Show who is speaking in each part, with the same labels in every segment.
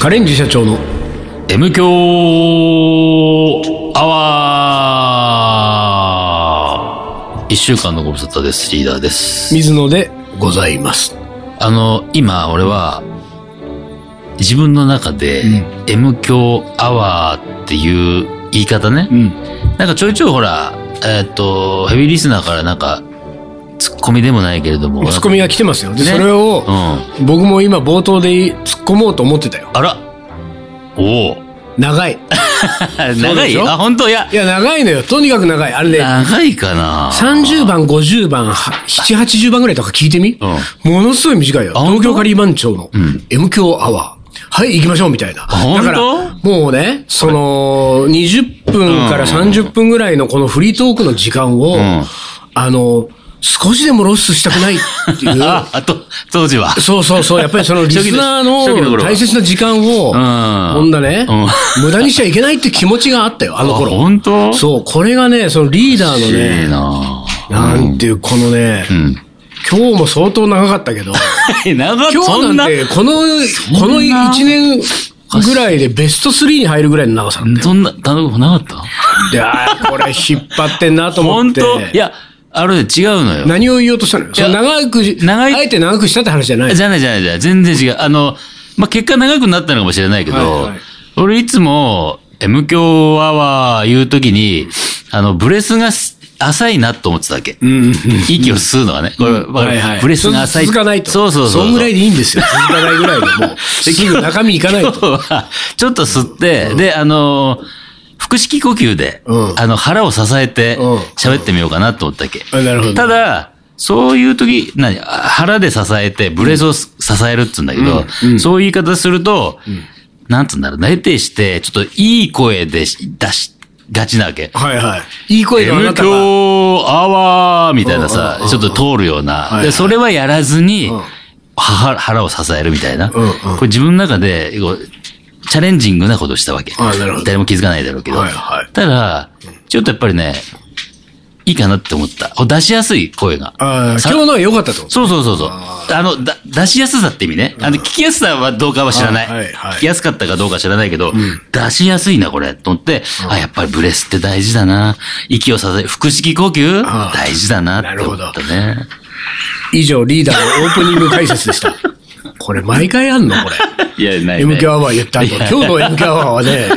Speaker 1: カレンジ社長の
Speaker 2: M 強アワー一週間のご無沙汰です。リーダーです。
Speaker 1: 水野でございます。
Speaker 2: あの、今、俺は、自分の中で、
Speaker 1: うん
Speaker 2: M 強アワーっていう言い方ね。
Speaker 1: うん。
Speaker 2: なんかちょいちょいほら、えーっ、と、ヘビーリスナーからなんか、ツッコミでもないけれども。
Speaker 1: ツッコミが来てますよ。で、
Speaker 2: ね
Speaker 1: それを
Speaker 2: う、ん。
Speaker 1: 僕も今冒頭で突っ込もうと思ってたよ。
Speaker 2: あらおお
Speaker 1: 長い。そう
Speaker 2: 長
Speaker 1: で
Speaker 2: い
Speaker 1: しょ
Speaker 2: あ、本当いや
Speaker 1: い、や、長いのよ。とにかく長い。あれね、
Speaker 2: 長いかな
Speaker 1: 30番、50番、は7、80番ぐらいとか聞いてみ、
Speaker 2: う
Speaker 1: ものすごい短いよ。
Speaker 2: あ本当
Speaker 1: 東京カリー番長の
Speaker 2: ん
Speaker 1: M 強アワー。はい、行きましょう、みたいな。
Speaker 2: 本
Speaker 1: だ
Speaker 2: 当
Speaker 1: から、もうね、その、20分から30分ぐらいのこのフリートークの時間を、
Speaker 2: ん
Speaker 1: あの、少しでもロスしたくないって いう。
Speaker 2: あ、あと、当時は。
Speaker 1: そうそうそう。やっぱり そのリスナー
Speaker 2: 初期の初期の
Speaker 1: の
Speaker 2: 頃は
Speaker 1: 大切な時間を、
Speaker 2: ん
Speaker 1: ほんだね、
Speaker 2: う
Speaker 1: 無駄にしちゃいけないって気持ちがあったよ、あの
Speaker 2: あ
Speaker 1: 頃。
Speaker 2: 本当
Speaker 1: そう、これがね、そのリーダーのね、
Speaker 2: いいな
Speaker 1: なんていう、このね、
Speaker 2: うん。
Speaker 1: 今日も相当長かったけ ど、今日
Speaker 2: 長っそん
Speaker 1: な
Speaker 2: なん
Speaker 1: て、この、この1年ぐらいでベスト3に入るぐらいの長さなんだよ。
Speaker 2: そんな、単独なかった
Speaker 1: で、あーこれ引っ張ってんなと思
Speaker 2: 本
Speaker 1: って。
Speaker 2: 当いや、あれ違うのよ。
Speaker 1: 何を言おうとしたのよ。その長く、
Speaker 2: 長い
Speaker 1: あえて長くしたって話じゃない。
Speaker 2: じゃないじゃないじゃない。全然違う。あの、まあ、結果長くなったのかもしれないけど、
Speaker 1: はいはい
Speaker 2: 俺いつも、M 強アワー言うときに、あの、ブレスがす浅いなと思ってたわけ。
Speaker 1: うん。
Speaker 2: 息を吸うのはね。これ、わかるブレスが浅い。
Speaker 1: 続かないと。
Speaker 2: そうそうそう。
Speaker 1: そんぐらいでいいんですよ。続かないぐらいで もう、すぐ中身いかないと。
Speaker 2: 今日はちょっと吸って、で、あのー、腹式呼吸で、
Speaker 1: うん
Speaker 2: あの、腹を支えて
Speaker 1: うん、
Speaker 2: 喋ってみようかなと思ったっけ。
Speaker 1: あなるほど
Speaker 2: ただ、そういう時、何あ腹で支えて、ブレスをす支えるっつうんだけど、そういう言い方すると、なんつうんだろう、内定して、ちょっといい声でし出しがちなわけ。
Speaker 1: はいはい。いい声があな
Speaker 2: M
Speaker 1: たが。
Speaker 2: 強アワーみたいな
Speaker 1: う
Speaker 2: さ
Speaker 1: んうんうん、
Speaker 2: ちょっと通るような。
Speaker 1: はいは
Speaker 2: で、
Speaker 1: い
Speaker 2: それはやらずに
Speaker 1: ん、
Speaker 2: は腹を支えるみたいな。こ
Speaker 1: うんうん
Speaker 2: れ自分の中で、こうチャレンジングなことをしたわけ
Speaker 1: あなるほ。ど
Speaker 2: 誰も気づかないだろうけど
Speaker 1: はいは。い
Speaker 2: ただ、ちょっとやっぱりね、いいかなって思った。こう出しやすい声が。
Speaker 1: あー
Speaker 2: さ
Speaker 1: 今日のは良かったと。
Speaker 2: そうそうそうそう。あの、だ、出しやすさって意味ね。あの、聞きやすさはどうかは知らない。
Speaker 1: はいはいはい
Speaker 2: 聞きやすかったかどうか知らないけど、出しやすいな、これ。と思って、あ、やっぱりブレスって大事だな。息を支え、腹式呼吸
Speaker 1: あ
Speaker 2: 大事だな、
Speaker 1: な
Speaker 2: っ
Speaker 1: る
Speaker 2: て思
Speaker 1: ほ
Speaker 2: っ
Speaker 1: ど
Speaker 2: たね。
Speaker 1: 以上、リーダ ーのオープニング解説でした。これ、毎回やんのこれ。
Speaker 2: いや、ない、ね。
Speaker 1: MK アワー言った後、今日の MK アワーはね、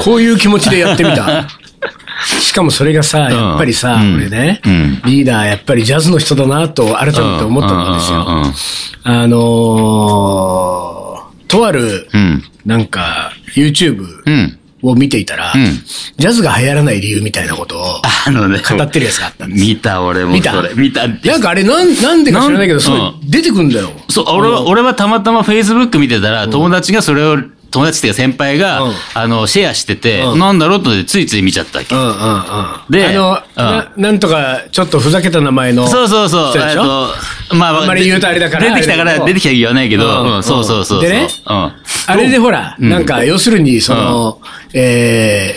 Speaker 1: こういう気持ちでやってみた。しかもそれがさ、やっぱりさ、
Speaker 2: うん
Speaker 1: 俺ね、
Speaker 2: うん
Speaker 1: リーダーやっぱりジャズの人だなと改めて思ったんですよ。
Speaker 2: うんうんうんうん
Speaker 1: あのー、とある、
Speaker 2: うん。
Speaker 1: なんか、YouTube
Speaker 2: うん。
Speaker 1: を見ていたら、
Speaker 2: ん
Speaker 1: ジャズが流行らない理由みたいなことを
Speaker 2: あのね、
Speaker 1: 語ってるやつがあったんですよ。
Speaker 2: 見た、俺も。
Speaker 1: 見た
Speaker 2: それ見た。
Speaker 1: なんかあれなん、なんでか知らないけど、
Speaker 2: なん
Speaker 1: すごい出てくんだよ。
Speaker 2: そう、俺は、俺はたまたま Facebook 見てたら、友達がそれを、友達っていうか先輩が、
Speaker 1: うん
Speaker 2: あの、シェアしてて、
Speaker 1: うん
Speaker 2: なんだろうと思ってついつい見ちゃったわけ
Speaker 1: うんうんうん。
Speaker 2: で
Speaker 1: あの、ななんとか、ちょっとふざけた名前の。
Speaker 2: そうそうそう。
Speaker 1: 人で
Speaker 2: えっ
Speaker 1: しょ
Speaker 2: と、まあ
Speaker 1: あんまり言うとあれだから
Speaker 2: 出てきたか
Speaker 1: あれだけど
Speaker 2: ら、出てきたら言わないけど、
Speaker 1: うん
Speaker 2: うんそうそうそうそう。
Speaker 1: でね
Speaker 2: うん。
Speaker 1: あれでほら、
Speaker 2: うん
Speaker 1: なんか、要するに、その、え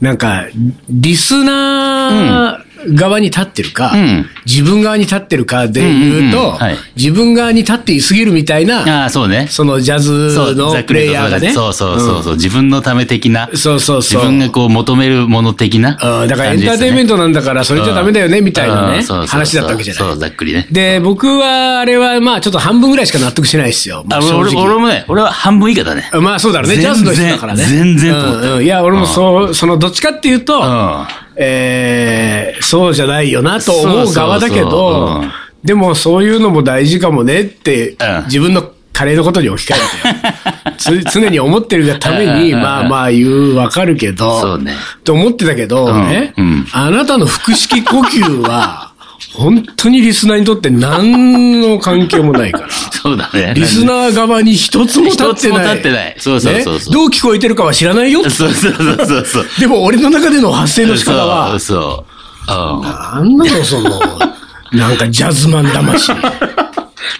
Speaker 1: ー、なんか、リスナー側に立ってるか、
Speaker 2: うん
Speaker 1: 自分側に立ってるかで言うと、
Speaker 2: うんうんうんはい
Speaker 1: 自分側に立っていすぎるみたいな、
Speaker 2: ああ、そうね。
Speaker 1: そのジャズ
Speaker 2: そう、ざ
Speaker 1: の
Speaker 2: っ
Speaker 1: プ
Speaker 2: く
Speaker 1: レ
Speaker 2: り
Speaker 1: イ
Speaker 2: と
Speaker 1: ヤーがね。
Speaker 2: そうそうそうそう。自分のため的な。
Speaker 1: そうそう
Speaker 2: 自
Speaker 1: そう
Speaker 2: 分がこう求めるもの的な。
Speaker 1: うんだからエンターテインメン
Speaker 2: ト
Speaker 1: トなんだから、それじゃダメだよね、みたいなね、話だったわけじゃ
Speaker 2: そ
Speaker 1: な
Speaker 2: う、
Speaker 1: い。
Speaker 2: ざっくりね。
Speaker 1: で、僕は、あれは、まあ、ちょっと半分ぐらいしか納得してないですよ。
Speaker 2: あ、
Speaker 1: 正
Speaker 2: 俺、
Speaker 1: 直
Speaker 2: 俺もね、俺は半分以下だね。
Speaker 1: まあそうだろうね。
Speaker 2: 全
Speaker 1: ジャ
Speaker 2: 然
Speaker 1: ズの人だからね。
Speaker 2: 全然
Speaker 1: う
Speaker 2: と思った
Speaker 1: んうん。いや、俺もそう、そのどっちかっていうと、
Speaker 2: うん。
Speaker 1: えーそうじゃないよなと思う側だけど、
Speaker 2: そうそうそううん
Speaker 1: でもそういうのも大事かもねって、
Speaker 2: うん
Speaker 1: 自分のカレーのことに置き換えてよ つ常に思ってるがため
Speaker 2: うんうん
Speaker 1: に、
Speaker 2: うん
Speaker 1: まあまあ言う、わかるけど、
Speaker 2: そうね
Speaker 1: と思ってたけど、
Speaker 2: うん
Speaker 1: ね、
Speaker 2: うん
Speaker 1: あなたの腹式呼吸 は、本当にリスナーにとって何の関係もない から。
Speaker 2: そうだね。
Speaker 1: リスナー側に一つも立ってない。
Speaker 2: 一つも立ってないそうそうそうそう
Speaker 1: ねどう聞こえてるかは知らないよ。
Speaker 2: そうそうそうそうそう。
Speaker 1: でも俺の中での発声の仕方は、
Speaker 2: そうそう。うん。
Speaker 1: なんなのその、なんかジャズマン 魂。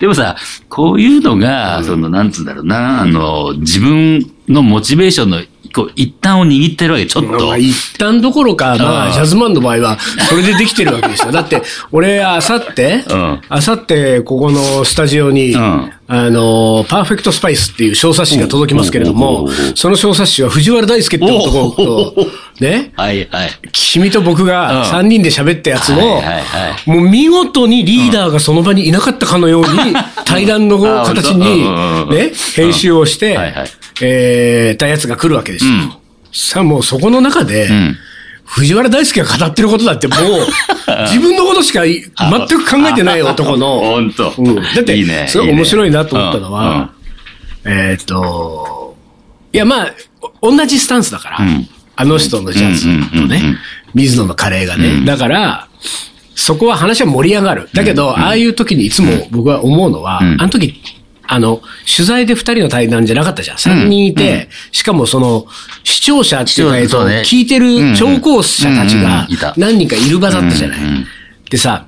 Speaker 2: でもさ、こういうのが、その、なんつうんだろうな、あの、自分のモチベーションのこう、一端を握ってるわけ、ちょっ
Speaker 1: ま
Speaker 2: と
Speaker 1: あ、。一旦どころか、ま
Speaker 2: う
Speaker 1: あ、
Speaker 2: ん
Speaker 1: ジャズマンの場合は、それでできてるわけ ですよ。だって、俺、あさって
Speaker 2: うん、
Speaker 1: あさって、ここのスタジオに、
Speaker 2: うん
Speaker 1: あの、パーフェクトスパイスっていう小冊子が届きますけれど
Speaker 2: お
Speaker 1: も
Speaker 2: うおうおうおう、
Speaker 1: その小冊子は藤原大輔って男と
Speaker 2: おう、
Speaker 1: ね、
Speaker 2: はいはい。
Speaker 1: 君と僕が
Speaker 2: うん
Speaker 1: 3人で喋ったやつを
Speaker 2: はいはいは、
Speaker 1: もう見事にリーダーがその場にいなかったかのように、対談の
Speaker 2: あ
Speaker 1: 形に
Speaker 2: うん、
Speaker 1: ね、編集をして
Speaker 2: はいはい、
Speaker 1: えーたやつが来るわけですよ
Speaker 2: うん。
Speaker 1: さあもうそこの中で
Speaker 2: ん、
Speaker 1: 藤原大輔が語ってることだってもう、自分のことしかい全く考えてない男の、
Speaker 2: ほんと
Speaker 1: うんだっ
Speaker 2: い
Speaker 1: て
Speaker 2: いね、
Speaker 1: すごい面白いなと思ったのは、えーっと、いや、まあ、お同じスタンスだから、
Speaker 2: ん
Speaker 1: あの人のジャズ
Speaker 2: うん
Speaker 1: と
Speaker 2: うんうんうん
Speaker 1: ね、水野のカレーがね、だから、そこは話は盛り上がる。だけど、ああいう時にいつも僕は思うのは、
Speaker 2: ん
Speaker 1: あの時、あの、取材で二人の対談じゃなかったじゃん。三人いて、しかもその、視聴者っていうか、えっ
Speaker 2: 視聴
Speaker 1: と
Speaker 2: そうね
Speaker 1: 聞いてる聴講者たち
Speaker 2: うんう
Speaker 1: が
Speaker 2: んいた、
Speaker 1: 何人かいる場だったじゃない。
Speaker 2: うんうん
Speaker 1: でさ、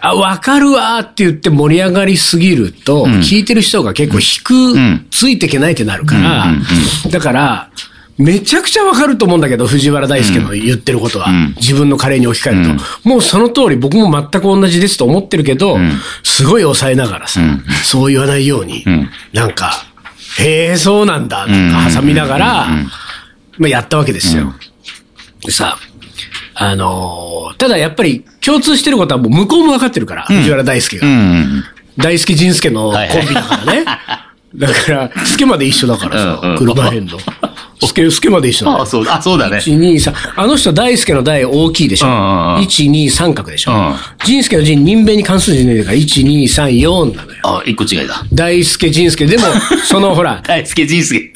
Speaker 1: あ、わかるわーって言って盛り上がりすぎると、聞いてる人が結構引く、
Speaker 2: ん
Speaker 1: ついていけないってなるから、だから、めちゃくちゃわかると思うんだけど、藤原大輔の言ってることは、
Speaker 2: ん
Speaker 1: 自分のカレーに置き換えると、もうその通り僕も全く同じですと思ってるけど、すごい抑えながらさ、そう言わないように、
Speaker 2: ん
Speaker 1: なんか、へえ、そうなんだ、とか挟みながら、まあ、やったわけですよ。でさ、あのーただやっぱり共通してることはもう向こうも分かってるから、藤原大輔が。
Speaker 2: うんうん
Speaker 1: 大輔仁介のコ
Speaker 2: はいはい
Speaker 1: ンビだから ね。だから、スケまで一緒だからさ、
Speaker 2: うんうん
Speaker 1: 車編の。スケ、スケまで一緒
Speaker 2: うん。あ
Speaker 1: だ
Speaker 2: あ、そうだ、あそうだね。
Speaker 1: 1、2、3。あの人、大輔の大大きいでしょ。
Speaker 2: うんうんうん
Speaker 1: 1、2、3角でしょ
Speaker 2: うん。
Speaker 1: 仁介の仁、人弁に関数字ねえから、1、2、3、4なのよ。
Speaker 2: あ、一個違いだ。
Speaker 1: 大輔仁介。でも、そのほら、
Speaker 2: 大輔仁介。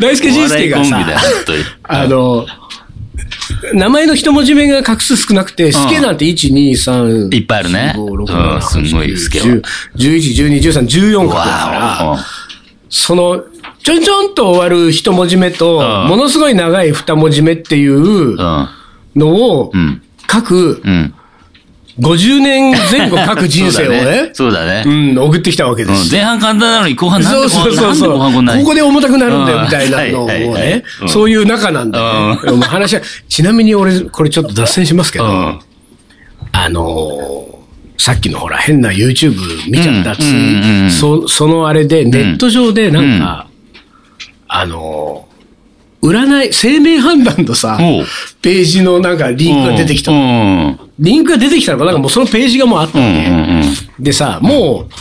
Speaker 1: 大輔仁介が
Speaker 2: お笑いコンビだよ
Speaker 1: さ、
Speaker 2: 本当に。
Speaker 1: あの、名前の一文字目が画数少なくて、スケなんて1、2、3、
Speaker 2: いっぱいあるね
Speaker 1: 5、6、
Speaker 2: うんす
Speaker 1: 7、
Speaker 2: ごいスケは
Speaker 1: 8、9、10、11、12、13、14角だから、
Speaker 2: わ
Speaker 1: その、ちょんちょんと終わる一文字目と、
Speaker 2: ん
Speaker 1: ものすごい長い二文字目っていう
Speaker 2: お。うん。
Speaker 1: のを
Speaker 2: ん、
Speaker 1: 各
Speaker 2: うん。
Speaker 1: 50年前後各人生をね、
Speaker 2: そうだね。そううだね
Speaker 1: ん、送ってきたわけで
Speaker 2: うん
Speaker 1: す。
Speaker 2: 前半簡単なのに後半なん
Speaker 1: そ
Speaker 2: で
Speaker 1: う
Speaker 2: 後
Speaker 1: そう
Speaker 2: 半
Speaker 1: そうんそ
Speaker 2: なで
Speaker 1: う。
Speaker 2: 後半こんなに
Speaker 1: ここで重たくなるんだよ、
Speaker 2: うん
Speaker 1: みたいなのを
Speaker 2: はいはいはい
Speaker 1: ね
Speaker 2: う、ん
Speaker 1: そういう仲なんだよね。
Speaker 2: う
Speaker 1: でも話は、ちなみに俺、これちょっと脱線しますけど、
Speaker 2: うん。
Speaker 1: あのーさっきのほら、変な YouTube 見ちゃったっつう
Speaker 2: うんうんうん
Speaker 1: そ、そのあれで、ネット上でなんか、あのー占い、生命判断のさ
Speaker 2: おう、
Speaker 1: ページのなんかリンクが出てきた
Speaker 2: う。ん。うん
Speaker 1: リンクが出てきたのか、なんかもうそのページがもうあった
Speaker 2: うんんうんうん。
Speaker 1: でさ、もう、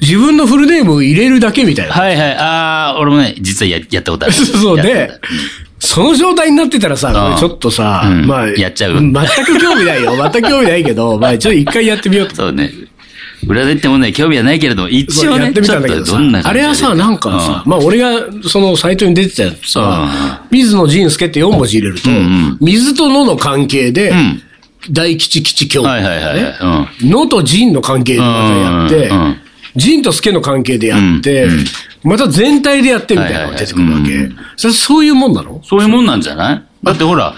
Speaker 1: 自分のフルネーム入れるだけみたいな。
Speaker 2: はいはい。ああ、俺もね、実はややったことあ る。
Speaker 1: そうそう
Speaker 2: やった
Speaker 1: で
Speaker 2: ことある、
Speaker 1: その状態になってたらさ、
Speaker 2: うん
Speaker 1: これちょっとさ、
Speaker 2: うん
Speaker 1: まあ、
Speaker 2: やっちゃう
Speaker 1: 全く興味ない よ。全く興味ないけど、まあ、ちょっと一回やってみようと。
Speaker 2: そうね。占いってもね、興味はないけれども、一応
Speaker 1: や
Speaker 2: ね、
Speaker 1: ってみ
Speaker 2: ち
Speaker 1: た
Speaker 2: ょ
Speaker 1: んだ
Speaker 2: っ
Speaker 1: け
Speaker 2: と
Speaker 1: どさ
Speaker 2: どんな感じで
Speaker 1: あれはさ、なんかさ、、まあ俺がそのサイトに出てたやつさ、水野仁介って4文字入れると、水と野の関係で、
Speaker 2: ん
Speaker 1: 大吉吉京
Speaker 2: うんはいはいはい。
Speaker 1: ね
Speaker 2: うん
Speaker 1: 野と仁の関係でまたやって
Speaker 2: うんうんうん、
Speaker 1: 仁と助の関係でやって、また全体でやってみたいなのが出てくるわ
Speaker 2: はいはいはい
Speaker 1: け。それそういうもんなの
Speaker 2: そういうもんなんじゃないだってほら、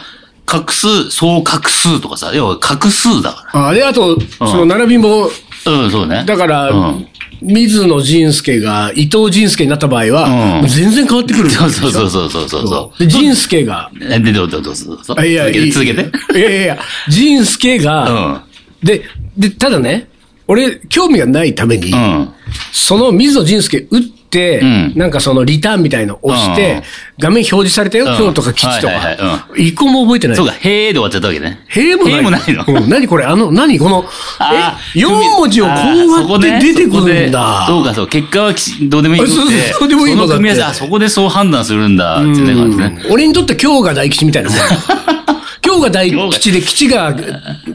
Speaker 2: 画数、総画数とかさ、要は画数だか
Speaker 1: あで、あと、その並びも、
Speaker 2: ら。うん、そうね。
Speaker 1: だから
Speaker 2: うん、
Speaker 1: 水野仁介が伊藤仁介になった場合は
Speaker 2: う、ん
Speaker 1: 全然変わってくるわけでし
Speaker 2: そ
Speaker 1: ょ
Speaker 2: うそうそうそうそうそうそ
Speaker 1: で、仁介が、
Speaker 2: う。えで、どうぞどうぞどうぞ。
Speaker 1: あいや、
Speaker 2: 続け
Speaker 1: い
Speaker 2: て、
Speaker 1: い
Speaker 2: 続けて。
Speaker 1: いやいやいや、仁介
Speaker 2: う
Speaker 1: が、
Speaker 2: ん。
Speaker 1: で、で、ただね、俺、興味がないために、
Speaker 2: うん。
Speaker 1: その水野仁介打って、
Speaker 2: うん
Speaker 1: なんかそのリターンみたいの押して、
Speaker 2: うん
Speaker 1: 画面表示されたよ、
Speaker 2: うん
Speaker 1: 今日とか吉と
Speaker 2: はいはい
Speaker 1: か
Speaker 2: は。
Speaker 1: 一個も覚えてない。
Speaker 2: そうか、へーで終わっちゃったわけね。
Speaker 1: へえもない。
Speaker 2: へーもないの。
Speaker 1: うん何これあの、何この、
Speaker 2: あー
Speaker 1: え、4文字をこうやって出てくるん
Speaker 2: あ
Speaker 1: だ。
Speaker 2: ーそこねそこでそうか、そう。結果はきしどうでもいいのって
Speaker 1: そうそうどうでもいいのだって
Speaker 2: その組み合わせ、あ、そこでそう判断するんだ、っていう感じね。
Speaker 1: うん俺にとって今日が大吉みたい なもん。今日が大吉で、吉が、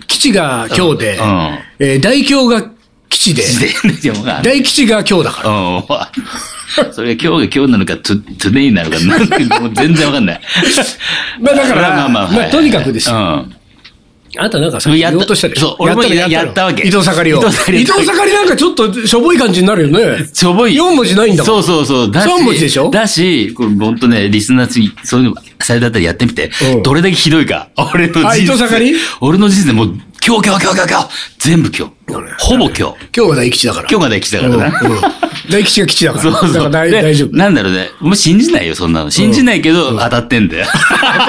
Speaker 1: 吉が今日で
Speaker 2: うんうん、
Speaker 1: えー大凶が吉で、
Speaker 2: 自然で、まあ
Speaker 1: 大吉が今日だ から。
Speaker 2: うん。 それが今日が今日なのか、トゥ、トゥデイになのか、なんかもう全然わかんない。
Speaker 1: まあだから
Speaker 2: まあまあま
Speaker 1: まあ
Speaker 2: あ。
Speaker 1: とにかくですよ
Speaker 2: うん。
Speaker 1: あとなんかさ、言おうとしたでしょ
Speaker 2: そう俺も
Speaker 1: やったの
Speaker 2: やったわけ
Speaker 1: 伊藤盛りを。
Speaker 2: 伊藤盛り
Speaker 1: 伊藤盛りなんかちょっとしょぼい感じになるよね。
Speaker 2: ちょぼい。
Speaker 1: 4文字ないんだもん。
Speaker 2: そうそうそう。だし
Speaker 1: 三文字でしょ
Speaker 2: だし、これ本当ね、リスナー次、そういうの、サイトだったらやってみて
Speaker 1: うん、
Speaker 2: どれだけひどいか。俺の人
Speaker 1: あ伊藤盛り
Speaker 2: 生。俺の人生もう、今日今日今日今日今日全部今日。ほぼ今日。
Speaker 1: 今日が大吉だから。
Speaker 2: 今日ができたからな。
Speaker 1: 大吉が吉だか ら。
Speaker 2: そう
Speaker 1: だ
Speaker 2: そ
Speaker 1: か
Speaker 2: う。
Speaker 1: ら大
Speaker 2: で
Speaker 1: 大丈夫。
Speaker 2: なんだろうね。もう信じないよ、そんなの。信じないけど、当たってん だよ。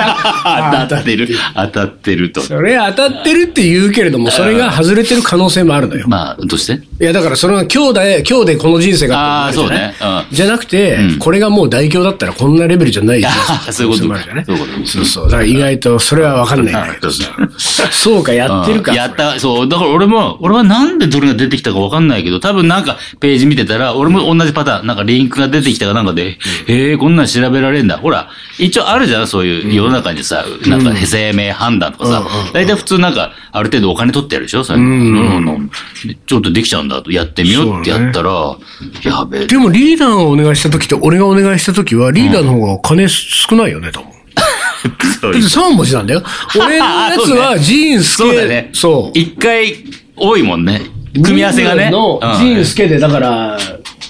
Speaker 2: 当たってる。当たってると。
Speaker 1: それ当たってるって言うけれども、それが外れてる可能性もあるのよ。
Speaker 2: まあ、どうして
Speaker 1: いや、だからそれは今日で、今日でこの人生が
Speaker 2: ああ、
Speaker 1: って
Speaker 2: そ
Speaker 1: こ
Speaker 2: う
Speaker 1: とじゃない
Speaker 2: ね。うん。
Speaker 1: じゃなくて、
Speaker 2: うん
Speaker 1: これがもう大凶だったらこんなレベルじゃない人
Speaker 2: あーそういうこと
Speaker 1: もあるじゃない
Speaker 2: そういうこと
Speaker 1: そうそう。だから意外とそれはわかんないんだけどさ。そうか、やってるか。
Speaker 2: うんやった、そう。だから俺も、俺はなんでどれが出てきたかわかんないけど、多分なんかページ見てたら、俺も同じパターン、なんかリンクが出てきたかなんかで、へえ、こんなん調べられんだ。ほら、一応あるじゃん、そういう世の中にさ、なんか生命判断とかさ、大体普通なんか、ある程度お金取ってやるでしょそういうの。ちょっとできちゃうんだと、やってみようってやったら、やべえ。
Speaker 1: でもリーダーがお願いした時と俺がお願いした時は、リーダーの方が金少ないよね、多分。だって3文字なんだよ。俺のやつ
Speaker 2: そう
Speaker 1: は
Speaker 2: ね
Speaker 1: ジーンスケ。
Speaker 2: そうだね。
Speaker 1: そう。
Speaker 2: 一回、多いもんね。組み合わせが
Speaker 1: リー
Speaker 2: ね。
Speaker 1: ダーの
Speaker 2: うん
Speaker 1: ジーンスケで、だから、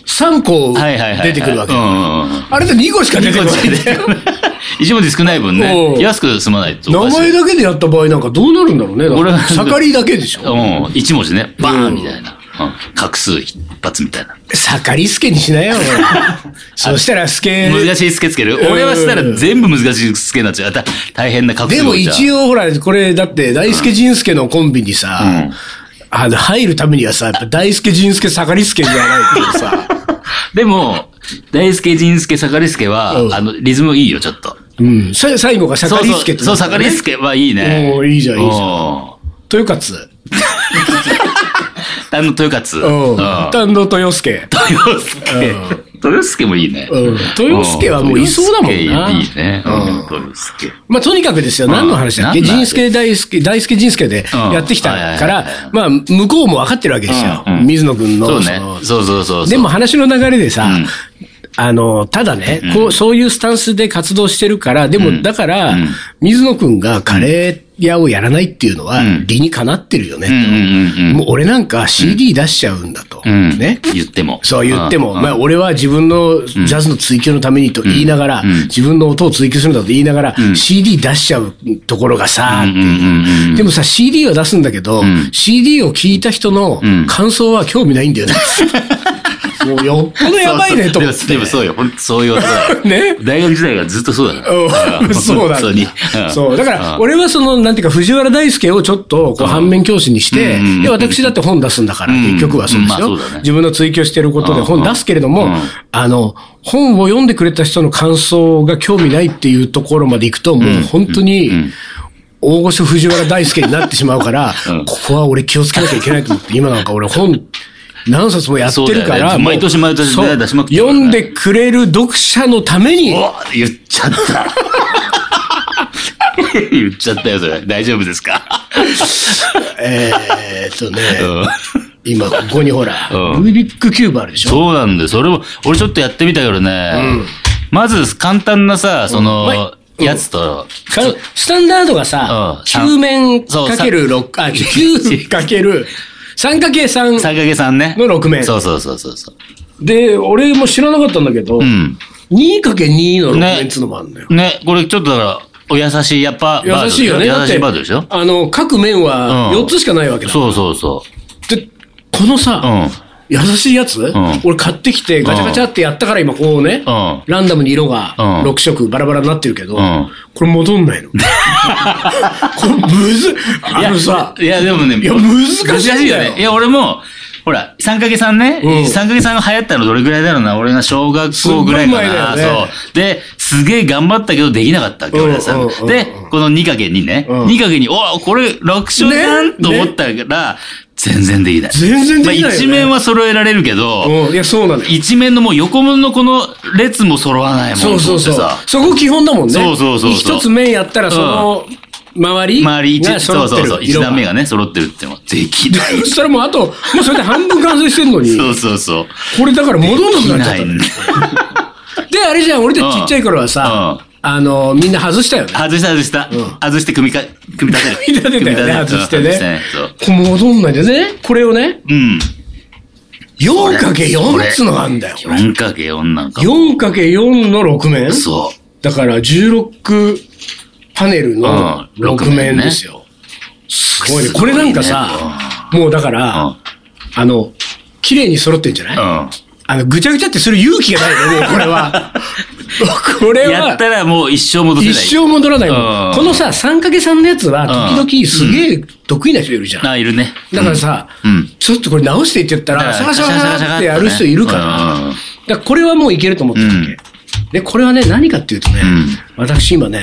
Speaker 1: 3個
Speaker 2: はいはいはいはい。
Speaker 1: 出てくるわけ
Speaker 2: うん。うんうん
Speaker 1: あれって2個しか出てこないんだよ。
Speaker 2: 一文字少ない分ね
Speaker 1: う、ん
Speaker 2: 安く済まない と
Speaker 1: 名
Speaker 2: おかしい。
Speaker 1: 前だけでやった場合なんかどうなるんだろうね。だ
Speaker 2: 俺
Speaker 1: か
Speaker 2: は
Speaker 1: ら盛りだけでしょ。
Speaker 2: うん、一文字ね、バー
Speaker 1: う
Speaker 2: ン
Speaker 1: ん
Speaker 2: みたいな。うん、画数一発みたいな。
Speaker 1: 盛り助にしないよ、 俺そしたら助。
Speaker 2: 難しいスケつける
Speaker 1: ん
Speaker 2: 俺はしたら全部難しいスケになっちゃう。だ大変な画数
Speaker 1: でも
Speaker 2: じゃん
Speaker 1: 一応ほら、これだって大助仁助のコンビにさ、
Speaker 2: うん
Speaker 1: あの、入るためにはさ、やっぱ大助仁助盛り助じゃないけどさ。
Speaker 2: でも、大輔、仁助、盛り助は、
Speaker 1: うん
Speaker 2: あの、リズムいいよ、ちょっと。
Speaker 1: うん。さ最後が盛り助って、
Speaker 2: そうそう、盛り。助はいいね。
Speaker 1: おーいいじゃんいいじゃん
Speaker 2: お
Speaker 1: 豊勝。
Speaker 2: ー。丹野豊勝。
Speaker 1: うん。丹野豊助。
Speaker 2: 豊助。豊助もいいね。
Speaker 1: うん豊助はもういそうだもんな
Speaker 2: 豊助いいね。うん豊助。
Speaker 1: まあ、とにかくですよ、何の話だっけ
Speaker 2: うん
Speaker 1: 仁助大輔、大輔仁助でやってきたか
Speaker 2: うん
Speaker 1: ら
Speaker 2: はいはい、
Speaker 1: まあ、向こうも分かってるわけですよ。
Speaker 2: うんうん
Speaker 1: 水野君の。
Speaker 2: そう
Speaker 1: その
Speaker 2: ね。そうそうそうそう。
Speaker 1: でも話の流れでさ、
Speaker 2: うん
Speaker 1: あの、ただね、こう、そういうスタンスで活動してるから、でも、だから、
Speaker 2: うん
Speaker 1: 水野くんがカレー屋をやらないっていうのは
Speaker 2: うん、
Speaker 1: 理にかなってるよね。
Speaker 2: うんうんうんうん。
Speaker 1: もう俺なんか CD 出しちゃうんだと。
Speaker 2: うん、
Speaker 1: ね。
Speaker 2: 言っても。
Speaker 1: そう言っても、
Speaker 2: うん
Speaker 1: まあ俺は自分のジャズの追求のためにと言いながら、自分の音を追求するんだと言いながら、CD 出しちゃうところがさ、
Speaker 2: うんうんうんうん。
Speaker 1: でもさ、CD は出すんだけど、CD を聞いた人の感想は興味ないんだよね。 もうよっぽどやばいねと思っ
Speaker 2: そうそうでもでも
Speaker 1: て。
Speaker 2: そうよ。ほんとそういうことだよ
Speaker 1: ね
Speaker 2: 大学時代がずっとそうだから
Speaker 1: うんそうだ
Speaker 2: 本当に。ん
Speaker 1: そう。だから、
Speaker 2: うん
Speaker 1: 俺はその、なんていうか、藤原大輔をちょっと、こう、反面教師にして
Speaker 2: うん、
Speaker 1: で、私だって本出すんだから、
Speaker 2: うん
Speaker 1: 結局はそうです
Speaker 2: う
Speaker 1: よ
Speaker 2: んまあそうだね。
Speaker 1: 自分の追求してることで
Speaker 2: うん
Speaker 1: 本出すけれど
Speaker 2: う
Speaker 1: も
Speaker 2: ん、
Speaker 1: あの、本を読んでくれた人の感想が興味ないっていうところまで行くと、もう本当に、大御所藤原大輔になってしまうから、
Speaker 2: うん
Speaker 1: ここは俺気をつけなきゃいけないと思って、今なんか俺本、何冊もやってる
Speaker 2: そう
Speaker 1: か
Speaker 2: だよ
Speaker 1: ら、
Speaker 2: ね
Speaker 1: もう
Speaker 2: 毎年毎年
Speaker 1: そう
Speaker 2: 出しまくってるから
Speaker 1: 読
Speaker 2: ね
Speaker 1: んでくれる読者のために、
Speaker 2: お言っちゃった。 言っちゃったよ、それ。大丈夫ですか
Speaker 1: えーっとね、
Speaker 2: うん
Speaker 1: 今、ここにほら、
Speaker 2: うん
Speaker 1: ルービックキューブあるでしょ
Speaker 2: そうなんだよ。それも、俺ちょっとやってみたけどね。まず、簡単なさ、その、やつと、
Speaker 1: かスタンダードがさ
Speaker 2: う、ん
Speaker 1: 9面
Speaker 2: そう
Speaker 1: かける6、あ、9かける3かけ3。
Speaker 2: 三影さんね。
Speaker 1: の六面
Speaker 2: そうそうそうそうそう。
Speaker 1: で、俺も知らなかったんだけど、
Speaker 2: うん。
Speaker 1: 2かけ2の6
Speaker 2: ね
Speaker 1: 面っつうのもあるんだよ。
Speaker 2: ね、これちょっとだから、お優しい、やっぱ、
Speaker 1: 優しいよね。
Speaker 2: バージョン優しいバー
Speaker 1: だっ
Speaker 2: ジョン
Speaker 1: て
Speaker 2: でしょ
Speaker 1: あの、各面は
Speaker 2: うん
Speaker 1: 4つしかないわけだ。
Speaker 2: そうそうそ
Speaker 1: で、このさ、
Speaker 2: う。うん。
Speaker 1: 優しいやつ、俺買ってきてガチャガチャってやったから今こうね、
Speaker 2: うん
Speaker 1: ランダムに色が
Speaker 2: うん
Speaker 1: 6色バラバラになってるけど、
Speaker 2: うん
Speaker 1: これ戻んない の。これむず、あのさ、
Speaker 2: いや、いやでもね、
Speaker 1: いや難しいんだよ
Speaker 2: ね。いや、俺も、ほら、三影さんね、
Speaker 1: うん
Speaker 2: 三影さんが流行ったのどれぐらいだろうな、俺が小学校ぐらいかな、
Speaker 1: すっごい前だよね
Speaker 2: そう。で、すげえ頑張ったけどできなかったわけ、
Speaker 1: うん
Speaker 2: 俺はさ
Speaker 1: うんうん。
Speaker 2: で、この二影にね、
Speaker 1: うん
Speaker 2: 二影に、おこれ楽勝じゃん
Speaker 1: ね
Speaker 2: と思ったら、全然できない。
Speaker 1: 全然できないよね
Speaker 2: まあ一面は揃えられるけど、
Speaker 1: うん、いや、そうなのよ。
Speaker 2: 一面のもう横のこの列も揃わないもんと
Speaker 1: そ
Speaker 2: 思
Speaker 1: う
Speaker 2: ってさ。
Speaker 1: そうそう。そこ基本だもんね。
Speaker 2: そうそうそうそう
Speaker 1: 一つ面やったらその周り
Speaker 2: 周り一、
Speaker 1: が
Speaker 2: そ
Speaker 1: 揃っ
Speaker 2: う
Speaker 1: て
Speaker 2: そう
Speaker 1: る
Speaker 2: そう、一
Speaker 1: 色が
Speaker 2: 段目がね、揃ってるってのはできない。
Speaker 1: それもうあと、もうそれで半分完成してんのに、
Speaker 2: そうそうそう。
Speaker 1: これだから戻んなくなっちゃっ
Speaker 2: な
Speaker 1: た
Speaker 2: い
Speaker 1: のよ。で、あれじゃん、俺たちちっちゃい頃はさ、
Speaker 2: う
Speaker 1: あの、みんな外したよね。
Speaker 2: 外した外した。外して組みか、組み立てる。
Speaker 1: 組み立てたよね
Speaker 2: 組み
Speaker 1: 外してね
Speaker 2: そう。
Speaker 1: これ戻んないんだよね。これをね、
Speaker 2: うん。
Speaker 1: 4×4 っつうのがあるんだよ。
Speaker 2: 4×4 なんか。
Speaker 1: 4×4 の6面
Speaker 2: そ
Speaker 1: だから16パネルの
Speaker 2: うん
Speaker 1: 6面ですよ。すごいね。これなんかさ、もうだか
Speaker 2: う。う
Speaker 1: ら
Speaker 2: ん、。
Speaker 1: あの、綺麗に揃ってんじゃない
Speaker 2: うん。
Speaker 1: あの、ぐちゃぐちゃってする勇気がないの、もうこれは。 これは。
Speaker 2: やったらもう一生戻せない。
Speaker 1: 一生戻らないも。
Speaker 2: うんん
Speaker 1: このさ、3ヶ月さんのやつは、時々すげえ得意な人いるじゃん。
Speaker 2: あ、いるね。
Speaker 1: だからさ、
Speaker 2: うん
Speaker 1: ちょっとこれ直していって言った
Speaker 2: だ
Speaker 1: ら、
Speaker 2: か
Speaker 1: シャ
Speaker 2: ら
Speaker 1: カシャカシャカシャカってやる人いるから、
Speaker 2: うん
Speaker 1: だからこれはもういけると思ってたわけ。
Speaker 2: うん
Speaker 1: で、これはね、何かっていうとね、
Speaker 2: うん
Speaker 1: 私今ね、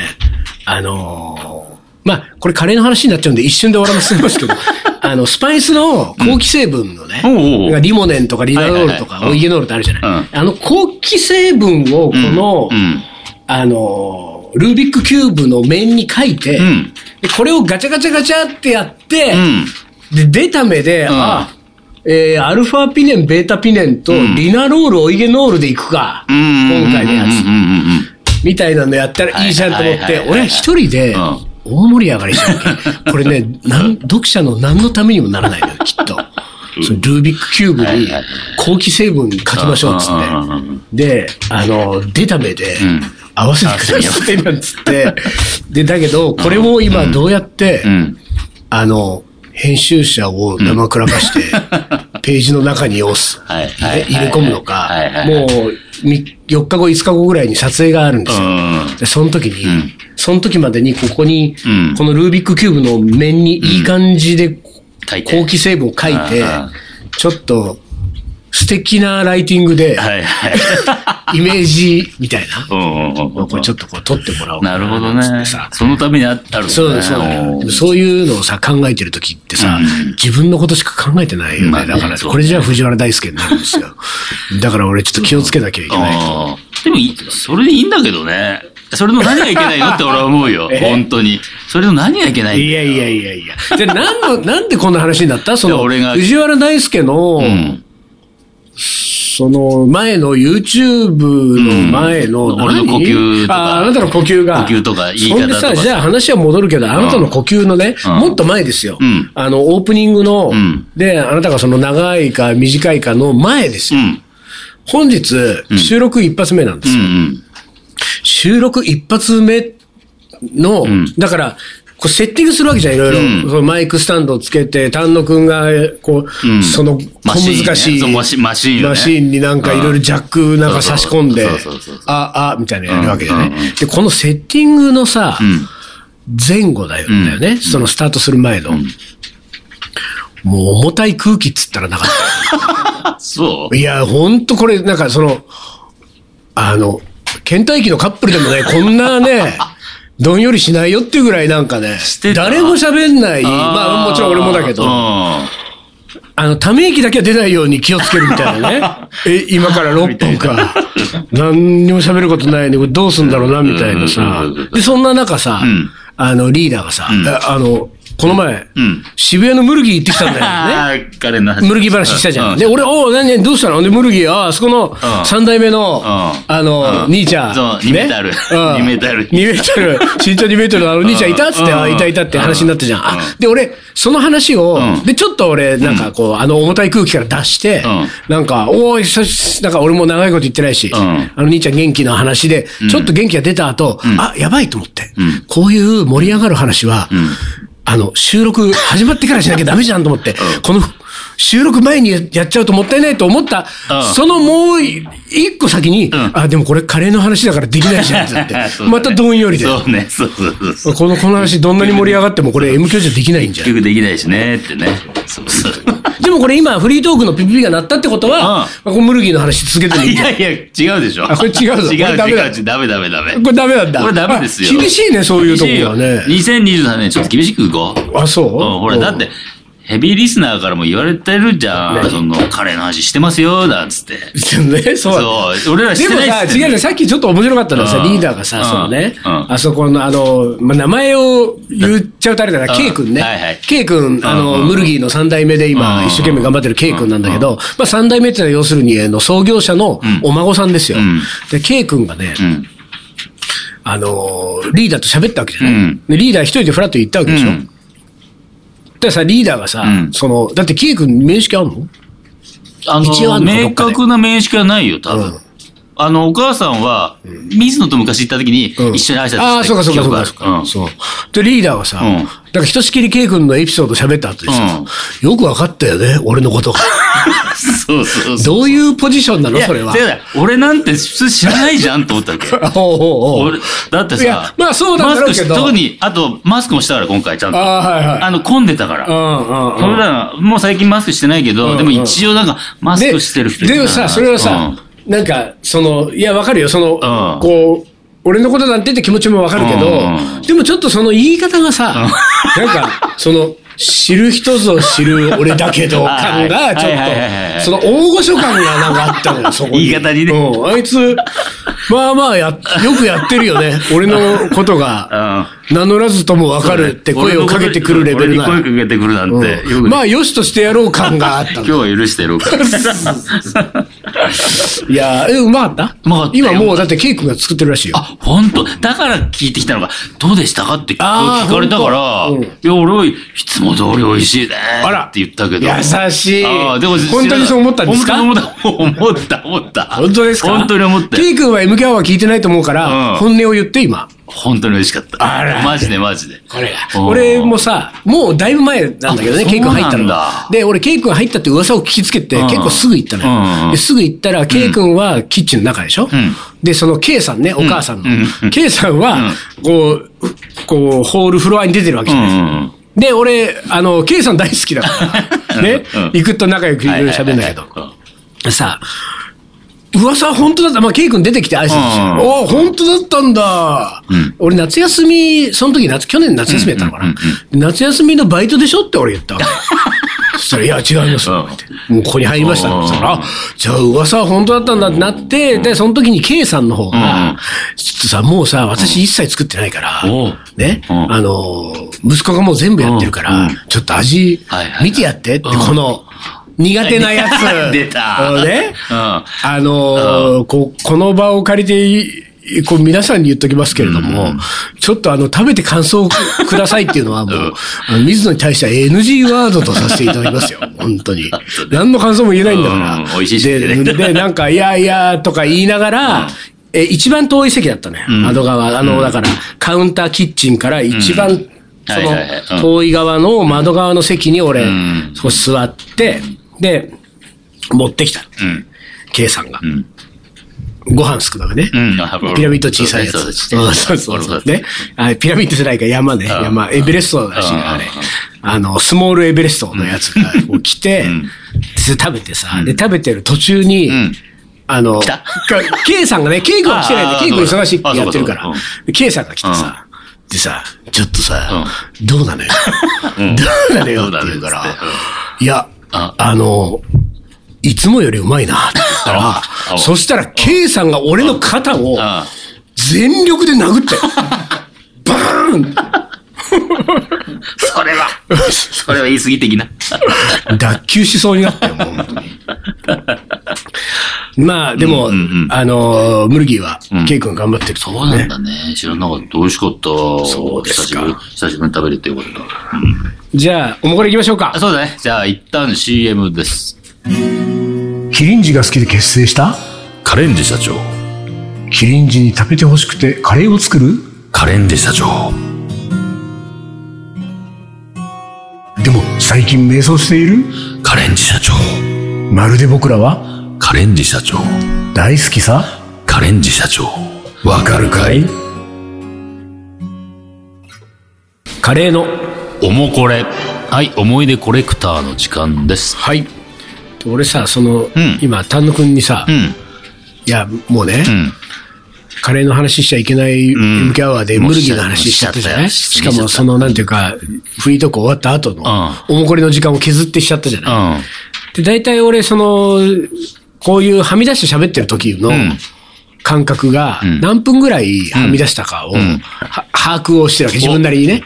Speaker 1: あのーまあ、これカレーの話になっちゃうんで一瞬で終わらせます けど、あの、スパイスの後期成分のね、
Speaker 2: うんおうおう
Speaker 1: リモネンとかリナロールとか
Speaker 2: はいはいはいう
Speaker 1: オ
Speaker 2: ん
Speaker 1: イゲノールってあるじゃない。
Speaker 2: うん
Speaker 1: あの後期成分をこの、
Speaker 2: うんうん
Speaker 1: あのールービックキューブの面に書いて、
Speaker 2: うん
Speaker 1: でこれをガチャガチャガチャってやって、
Speaker 2: うん
Speaker 1: で、出た目で、
Speaker 2: ん
Speaker 1: あ、えーアルファピネン、ベータピネンと、
Speaker 2: ん
Speaker 1: リナロール、オイゲノールでいくか、
Speaker 2: うんうんうんうんうんうん。
Speaker 1: 今回のや
Speaker 2: うんうんうんうん
Speaker 1: つ、みたいなのやったらいいじゃんと思っ
Speaker 2: はいはい
Speaker 1: て
Speaker 2: はいは、い
Speaker 1: 俺は一人で
Speaker 2: う、
Speaker 1: 大盛り上がりしたわけこれね、なん読者の何のためにもならないの よ、きっと。そのルービックキューブに
Speaker 2: いはい
Speaker 1: 後期成分書きましょうっつって
Speaker 2: うんうんうんうん。
Speaker 1: で、あの、出た目で
Speaker 2: ん
Speaker 1: 合わせてくださいなんつって。で、だけど、これを今どうやって、
Speaker 2: うん。
Speaker 1: あの、編集者を生くらか して、ページの中に押す。
Speaker 2: はいはい
Speaker 1: で入れ込むのか
Speaker 2: はいは、い
Speaker 1: もう、み4日後、5日後ぐらいに撮影があるんですよ。
Speaker 2: うん
Speaker 1: で、その時に、その時までにここに、
Speaker 2: うん
Speaker 1: このルービックキューブの面にいい感じで、
Speaker 2: 書いて
Speaker 1: 後期成分を書いて
Speaker 2: あ、
Speaker 1: ちょっと、素敵なライティングで、
Speaker 2: はいはい。
Speaker 1: イメージみたいな、
Speaker 2: うん うんうん
Speaker 1: これちょっとこう撮ってもらおうか
Speaker 2: なるほどね
Speaker 1: つってさ。
Speaker 2: そのためにあったる
Speaker 1: そうだ、そうだ
Speaker 2: お
Speaker 1: よ。でも
Speaker 2: ー
Speaker 1: そういうのをさ、考えてる時ってさ、自分のことしか考えてないよね。
Speaker 2: まあね
Speaker 1: だから、
Speaker 2: そう
Speaker 1: これじゃあ藤原大輔になるんです よ。だから俺ちょっと気をつけなきゃいけない。
Speaker 2: あーでもい、それでいいんだけどね。それの何がいけないのって俺は思うよ
Speaker 1: え。
Speaker 2: 本当に。それの何がいけないんだよ
Speaker 1: いやいやいやいや。じゃあ、なんの、なんでこんな話になったそ
Speaker 2: い
Speaker 1: の、
Speaker 2: や俺が
Speaker 1: 藤原大輔の、
Speaker 2: うん。
Speaker 1: その、前の YouTube の前の、
Speaker 2: うん俺の呼吸とか
Speaker 1: ああ、あなたの呼吸が。
Speaker 2: 呼吸とか言い方とか
Speaker 1: そんでさ、じゃあ話は戻るけど、あなたの呼吸のね、
Speaker 2: うん
Speaker 1: もっと前ですよ。
Speaker 2: うん
Speaker 1: あの、オープニングの、
Speaker 2: うん
Speaker 1: で、あなたがその長いか短いかの前です
Speaker 2: う
Speaker 1: よ。
Speaker 2: ん。
Speaker 1: 本日、収録一発目なんで
Speaker 2: う
Speaker 1: すよ。
Speaker 2: ん
Speaker 1: 収録一発目の、だから、こうセッティングするわけじゃん、いろいろ。
Speaker 2: うん
Speaker 1: そのマイクスタンドをつけて、丹野くんが、こう、
Speaker 2: うん。
Speaker 1: その、小
Speaker 2: マシーンね
Speaker 1: 難しい
Speaker 2: そうマシマシーンよね
Speaker 1: マシーンになんかいろいろジャックなんか差し込んで
Speaker 2: そうそうそうそうそうそうそう、
Speaker 1: あ、あ、みたいなのやるわけじゃ
Speaker 2: うんうん
Speaker 1: ね。で、このセッティングのさ、
Speaker 2: ん
Speaker 1: 前後だよだよね、そのスタートする前の。もう重たい空気っつったらなかった。
Speaker 2: あそう
Speaker 1: いや、ほんとこれ、なんかその、あの、倦怠期のカップルでも ね、こんなね、どんよりしないよっていうぐらいなんかね
Speaker 2: て、た
Speaker 1: 誰も喋んない、ま
Speaker 2: ー
Speaker 1: あもちろん俺もだけど、あ
Speaker 2: う
Speaker 1: の、ため息だけは出ないように気をつけるみたい なね。え、今から6分か。何にも喋ることないのに、これどうすんだろうな、みたいなさ
Speaker 2: うんうんうん。
Speaker 1: で、そんな中さ
Speaker 2: ん、
Speaker 1: あの、リーダーがさ、ああの、この前
Speaker 2: ん、
Speaker 1: 渋谷のムルギー行ってきたんだよね。
Speaker 2: あー彼の話
Speaker 1: ムルギー話したじゃ。
Speaker 2: うん
Speaker 1: で、俺、おう、何、何どうしたので、ムルギー、ああそこの
Speaker 2: ん
Speaker 1: 三代目の、
Speaker 2: ん
Speaker 1: あ
Speaker 2: う
Speaker 1: の、
Speaker 2: ん
Speaker 1: 兄ちゃん。
Speaker 2: そう二メータル
Speaker 1: うん
Speaker 2: 二メータル
Speaker 1: 二メータル。身長2メートルのあの兄ちゃんいたっつって、
Speaker 2: うん
Speaker 1: ああいたいたって話になったじゃん。あ、で、俺、その話を
Speaker 2: う、ん
Speaker 1: で、ちょっと俺、なんかこう、あの重たい空気から出して
Speaker 2: うん、
Speaker 1: なんか、おい、久しなんか俺も長いこと言ってないし、
Speaker 2: ん
Speaker 1: あの兄ちゃん元気の話で、ちょっと元気が出た後、あ、やばいと思って。こういう盛り上がる話は、あの、収録始まってからしなきゃダメじゃんと思って、この収録前にやっちゃうともったいないと思った、
Speaker 2: うん
Speaker 1: そのもうい一個先に、あ、でもこれカレーの話だからできないじゃんってなっ て、
Speaker 2: そうだね
Speaker 1: またどんよりで。
Speaker 2: そうね、そうそうそうそう。
Speaker 1: この、この話どんなに盛り上がってもこれ M 教授できないんじゃん
Speaker 2: 結。局できないしね、ってね。そうそう。
Speaker 1: でもこれ今フリートークのピピピが鳴ったってことは、これムルギーの話続けても いい
Speaker 2: い
Speaker 1: んだ
Speaker 2: や いや、違うでしょ。
Speaker 1: あこれ違うぞ
Speaker 2: 違
Speaker 1: これ
Speaker 2: う違
Speaker 1: ダメだ
Speaker 2: う違う、ダメダメダメ。
Speaker 1: これダメなんだ。
Speaker 2: これダメですよ。
Speaker 1: あ厳しいね、そういうところはね。
Speaker 2: 厳しいよ2023年ちょっと厳しくいこう。
Speaker 1: あ、そう
Speaker 2: うん、ほら、だって、、ヘビーリスナーからも言われてるじゃ
Speaker 1: ね
Speaker 2: ん。その、彼の話してますよ、だっつって。
Speaker 1: うん ね、そうだね
Speaker 2: そう、俺らし
Speaker 1: で
Speaker 2: て
Speaker 1: も
Speaker 2: ない
Speaker 1: さ、
Speaker 2: っつって
Speaker 1: 違うね、さっきちょっと面白かったのはさ、
Speaker 2: うん
Speaker 1: リーダーがさ、
Speaker 2: うん
Speaker 1: そのね、
Speaker 2: うん
Speaker 1: あそこの、あの、まあ、名前を言っちゃうとあれだな、
Speaker 2: うん
Speaker 1: K 君ね
Speaker 2: はいはい。
Speaker 1: K 君、あの、
Speaker 2: うん
Speaker 1: ムルギーの三代目で今、
Speaker 2: うん
Speaker 1: 一生懸命頑張ってる K 君なんだけど、まあ、三代目ってのは要するに、あの、創業者のお孫さんですよ
Speaker 2: うん。
Speaker 1: で、K 君がね、
Speaker 2: うん。
Speaker 1: あの、リーダーと喋ったわけじゃな
Speaker 2: う
Speaker 1: い
Speaker 2: ん。
Speaker 1: でリーダー一人でフラッと行ったわけでしょ。
Speaker 2: う
Speaker 1: だ
Speaker 2: ん
Speaker 1: からさ、リーダーがさ
Speaker 2: う、ん
Speaker 1: その、だって K 君面識あんの
Speaker 2: あ
Speaker 1: 一応あ
Speaker 2: の、
Speaker 1: んのどっ
Speaker 2: 明
Speaker 1: かで
Speaker 2: 確な面識はないよ、多
Speaker 1: うん
Speaker 2: 分。あの、お母さんは、水野と昔行った時に、
Speaker 1: うん
Speaker 2: 一緒に挨拶して
Speaker 1: ああ、そうかそうかそうかそう
Speaker 2: 記憶あ
Speaker 1: か。
Speaker 2: る
Speaker 1: そう。で、リーダーがさ、
Speaker 2: うん
Speaker 1: なんかひとしきり K 君のエピソード喋った後にさ、よく分かったよね、俺のことが。
Speaker 2: うんそうそうそう。
Speaker 1: どういうポジションなの
Speaker 2: いや
Speaker 1: それは。
Speaker 2: 違う違う俺なんて普通知らないじゃんと思ったわけ。
Speaker 1: おう おうおう
Speaker 2: 俺、だって
Speaker 1: い
Speaker 2: さ
Speaker 1: や、まあそうなんだろうけど
Speaker 2: マスクし特に、あと、マスクもしたから、今回、ちゃんと。あ
Speaker 1: ああ、はいはい。
Speaker 2: の、混んでたから。
Speaker 1: う
Speaker 2: そ
Speaker 1: んうん
Speaker 2: れ
Speaker 1: うん。
Speaker 2: だもう最近マスクしてないけど、
Speaker 1: うん
Speaker 2: でも一応なんか、マスクしてる人い
Speaker 1: で
Speaker 2: る
Speaker 1: も
Speaker 2: から
Speaker 1: さ、それはさ、なんか、その、いや、わかるよ。その、
Speaker 2: ん
Speaker 1: こう、俺のことなんてって気持ちもわかるけど、
Speaker 2: うん
Speaker 1: でもちょっとその言い方がさ、 なんか、その、知る人ぞ知る俺だけど
Speaker 2: は
Speaker 1: 感
Speaker 2: い
Speaker 1: が、ちょ
Speaker 2: はいはいはいは
Speaker 1: っ
Speaker 2: い
Speaker 1: と、その大御所感がなんかあったのよ、そこに。
Speaker 2: 言い方にね
Speaker 1: うん、あいつ、まあまあや、よくやってるよね。俺のこと
Speaker 2: う
Speaker 1: が、
Speaker 2: ん。
Speaker 1: 名乗らずともわか
Speaker 2: あ
Speaker 1: るって声をかけてくるレベルな。
Speaker 2: 俺に声かけてくるなんて、よ
Speaker 1: う
Speaker 2: く
Speaker 1: ん
Speaker 2: ね
Speaker 1: まあ、よしとしてやろう感があったの
Speaker 2: 今日は許してやろ うか。
Speaker 1: いやーえ、うまかった
Speaker 2: うまかったよ
Speaker 1: 今もうだってケイ君が作ってるらしいよ。
Speaker 2: あ、本当だから聞いてきたのが、どうでしたかって聞
Speaker 1: あー
Speaker 2: かれたから、
Speaker 1: ほんとうん
Speaker 2: いや、俺はいつも通り美味しいね。
Speaker 1: あら
Speaker 2: って言ったけど。
Speaker 1: 優しい。
Speaker 2: あーでも
Speaker 1: 本当にそう思ったんですか
Speaker 2: 本当に思った、思った、思った。
Speaker 1: 本当ですか
Speaker 2: 本当に思ったよ
Speaker 1: ケイ君は MK は聞いてないと思うから、
Speaker 2: うん
Speaker 1: 本音を言って今。
Speaker 2: 本当に美味しかった。
Speaker 1: あら
Speaker 2: マジでマジで。
Speaker 1: これ
Speaker 2: うん
Speaker 1: が。俺もさ、もうだいぶ前なんだけどね、
Speaker 2: あ
Speaker 1: ケイ君入った
Speaker 2: そうな
Speaker 1: の
Speaker 2: んだ。
Speaker 1: で、俺ケイ君入ったって噂を聞きつけて、
Speaker 2: うん
Speaker 1: 結構すぐ行ったの
Speaker 2: うん
Speaker 1: よ。ですぐ行ったら、ケイ君はキッチンの中でしょ
Speaker 2: ん
Speaker 1: で、そのケイさんね、お母さん
Speaker 2: うん
Speaker 1: の。ケイさんは、こう、こう、ホールフロアに出てるわけ
Speaker 2: う
Speaker 1: じ
Speaker 2: ん
Speaker 1: ゃ
Speaker 2: う
Speaker 1: ないですか。
Speaker 2: んうん。
Speaker 1: で、俺、あの、K さん大好きだ から、ね
Speaker 2: うんうん、
Speaker 1: 行くと仲良くいろいろ喋るんだけど、さあ、噂は本当だった。まあ、ケイ君出てきて挨拶して、
Speaker 2: うん
Speaker 1: おお、本当だったんだ。
Speaker 2: ん
Speaker 1: 俺、夏休み、その時夏、去年夏休みやったのかな。
Speaker 2: うんうん
Speaker 1: 夏休みのバイトでしょって俺言 ったわけ。そしたら、いや、違いますよ。ってもうここに入りました
Speaker 2: うん
Speaker 1: そしたら、あじゃあ噂は本当だったんだってなって、で、その時に K さんの方
Speaker 2: うん
Speaker 1: が、ちょっとさ、もうさ、私一切作ってないから、
Speaker 2: おう
Speaker 1: ね、
Speaker 2: うん
Speaker 1: あのー、息子がもう全部やってるから、
Speaker 2: うん
Speaker 1: ちょっと味
Speaker 2: はいはいはい
Speaker 1: 見てやってって、この苦手なやつ。
Speaker 2: 出た
Speaker 1: あのね。
Speaker 2: うん
Speaker 1: あのーこ、この場を借りて、こう皆さんに言っときますけれども、ちょっとあの食べて感想をく くださいっていうのはもう、あの水野に対しては NG ワードとさせていただき ますよ。本当に。何の感想も言えないんだから。
Speaker 2: うん美味しいし
Speaker 1: で
Speaker 2: ね
Speaker 1: で、なんか、いやいやとか言いながら、え、一番遠い席だったのよ。窓側。あの、だから、カウンターキッチンから一番、そ
Speaker 2: はいはいはいうん
Speaker 1: の、遠い側の窓側の席に俺
Speaker 2: ん、
Speaker 1: そこ座って、で、持ってきたの。
Speaker 2: うん。
Speaker 1: K さんが
Speaker 2: ん。
Speaker 1: ご飯すくのがね。
Speaker 2: うんあ俺も
Speaker 1: ピラミッド小さいやつ。
Speaker 2: そう
Speaker 1: う
Speaker 2: で
Speaker 1: ん
Speaker 2: す
Speaker 1: そうそうそう
Speaker 2: 俺もそう
Speaker 1: ね。あピラミッドじゃないか、山ね。
Speaker 2: ん
Speaker 1: 山。エベレストだし、
Speaker 2: うん
Speaker 1: あれ。あの、スモールエベレストのやつがこう来て、で食べてさ、で、食べてる途中に、
Speaker 2: ん
Speaker 1: あの、
Speaker 2: た
Speaker 1: K さんがね、K 君は来てないん
Speaker 2: あ
Speaker 1: で
Speaker 2: あ、
Speaker 1: K 君忙しいっ
Speaker 2: あ
Speaker 1: て
Speaker 2: そう
Speaker 1: や
Speaker 2: か
Speaker 1: ってるから
Speaker 2: そうか、
Speaker 1: で K さんが来てさ、でさ、ちょっとさ、どうなのよ。どうなのよって言うか
Speaker 2: どうなのよ
Speaker 1: ら
Speaker 2: っつって、
Speaker 1: いや、
Speaker 2: あ
Speaker 1: あの、いつもよりうまいな、って言った
Speaker 2: ああ
Speaker 1: ら、そしたら、K さんが俺の肩を
Speaker 2: あ
Speaker 1: 全力で殴ったよ。バーン
Speaker 2: それ は、それは言い過ぎ的な。
Speaker 1: 脱臼しそうにな ったよ、もう本当に。まあ、でも、
Speaker 2: うんうんうん
Speaker 1: あのー、ムルギーは、ケイ君頑張ってると
Speaker 2: そ
Speaker 1: 思
Speaker 2: う
Speaker 1: う
Speaker 2: なん
Speaker 1: ね。
Speaker 2: だね。知らなかった。美味しかった。
Speaker 1: そうですか
Speaker 2: 久しぶり、久しぶりに食べれてよかった。
Speaker 1: じゃあ、おもこれ行きましょうか
Speaker 2: あ。そうだね。じゃあ、一旦 CM です。
Speaker 1: キリンジが好きで結成した
Speaker 3: カレンジ社長
Speaker 1: キリンジに食べてほしくてカレーを作る
Speaker 3: カレンジ社長
Speaker 1: でも、最近迷走している
Speaker 3: カレンジ社長
Speaker 1: まるで僕らは
Speaker 3: カレンジ社長
Speaker 1: 大好きさ。
Speaker 3: カレンジ社長わかるかい
Speaker 1: カレーの。
Speaker 2: おもこれ。はい、思い出コレクターの時間です。
Speaker 1: はい。俺さ、その、
Speaker 2: ん
Speaker 1: 今、丹野くんにさ、
Speaker 2: う
Speaker 1: い
Speaker 2: ん。
Speaker 1: や、もうね、
Speaker 2: うん。
Speaker 1: カレーの話しちゃいけない
Speaker 2: ん
Speaker 1: MK アワーで、
Speaker 2: もう
Speaker 1: ムルギーの話しちゃったじゃない
Speaker 2: し
Speaker 1: し
Speaker 2: ちゃ
Speaker 1: か
Speaker 2: ったよ
Speaker 1: も、その、なんていうか、フリートーク終わった後の、おもこりの時間を削ってしちゃったじゃない。
Speaker 2: う
Speaker 1: で、
Speaker 2: ん。
Speaker 1: 大体俺、その、こういうはみ出して喋ってる時の
Speaker 2: ん
Speaker 1: 感覚が、何分ぐらいはみ出したかを、
Speaker 2: ん
Speaker 1: は把握をしてるわけ、自分なりにね。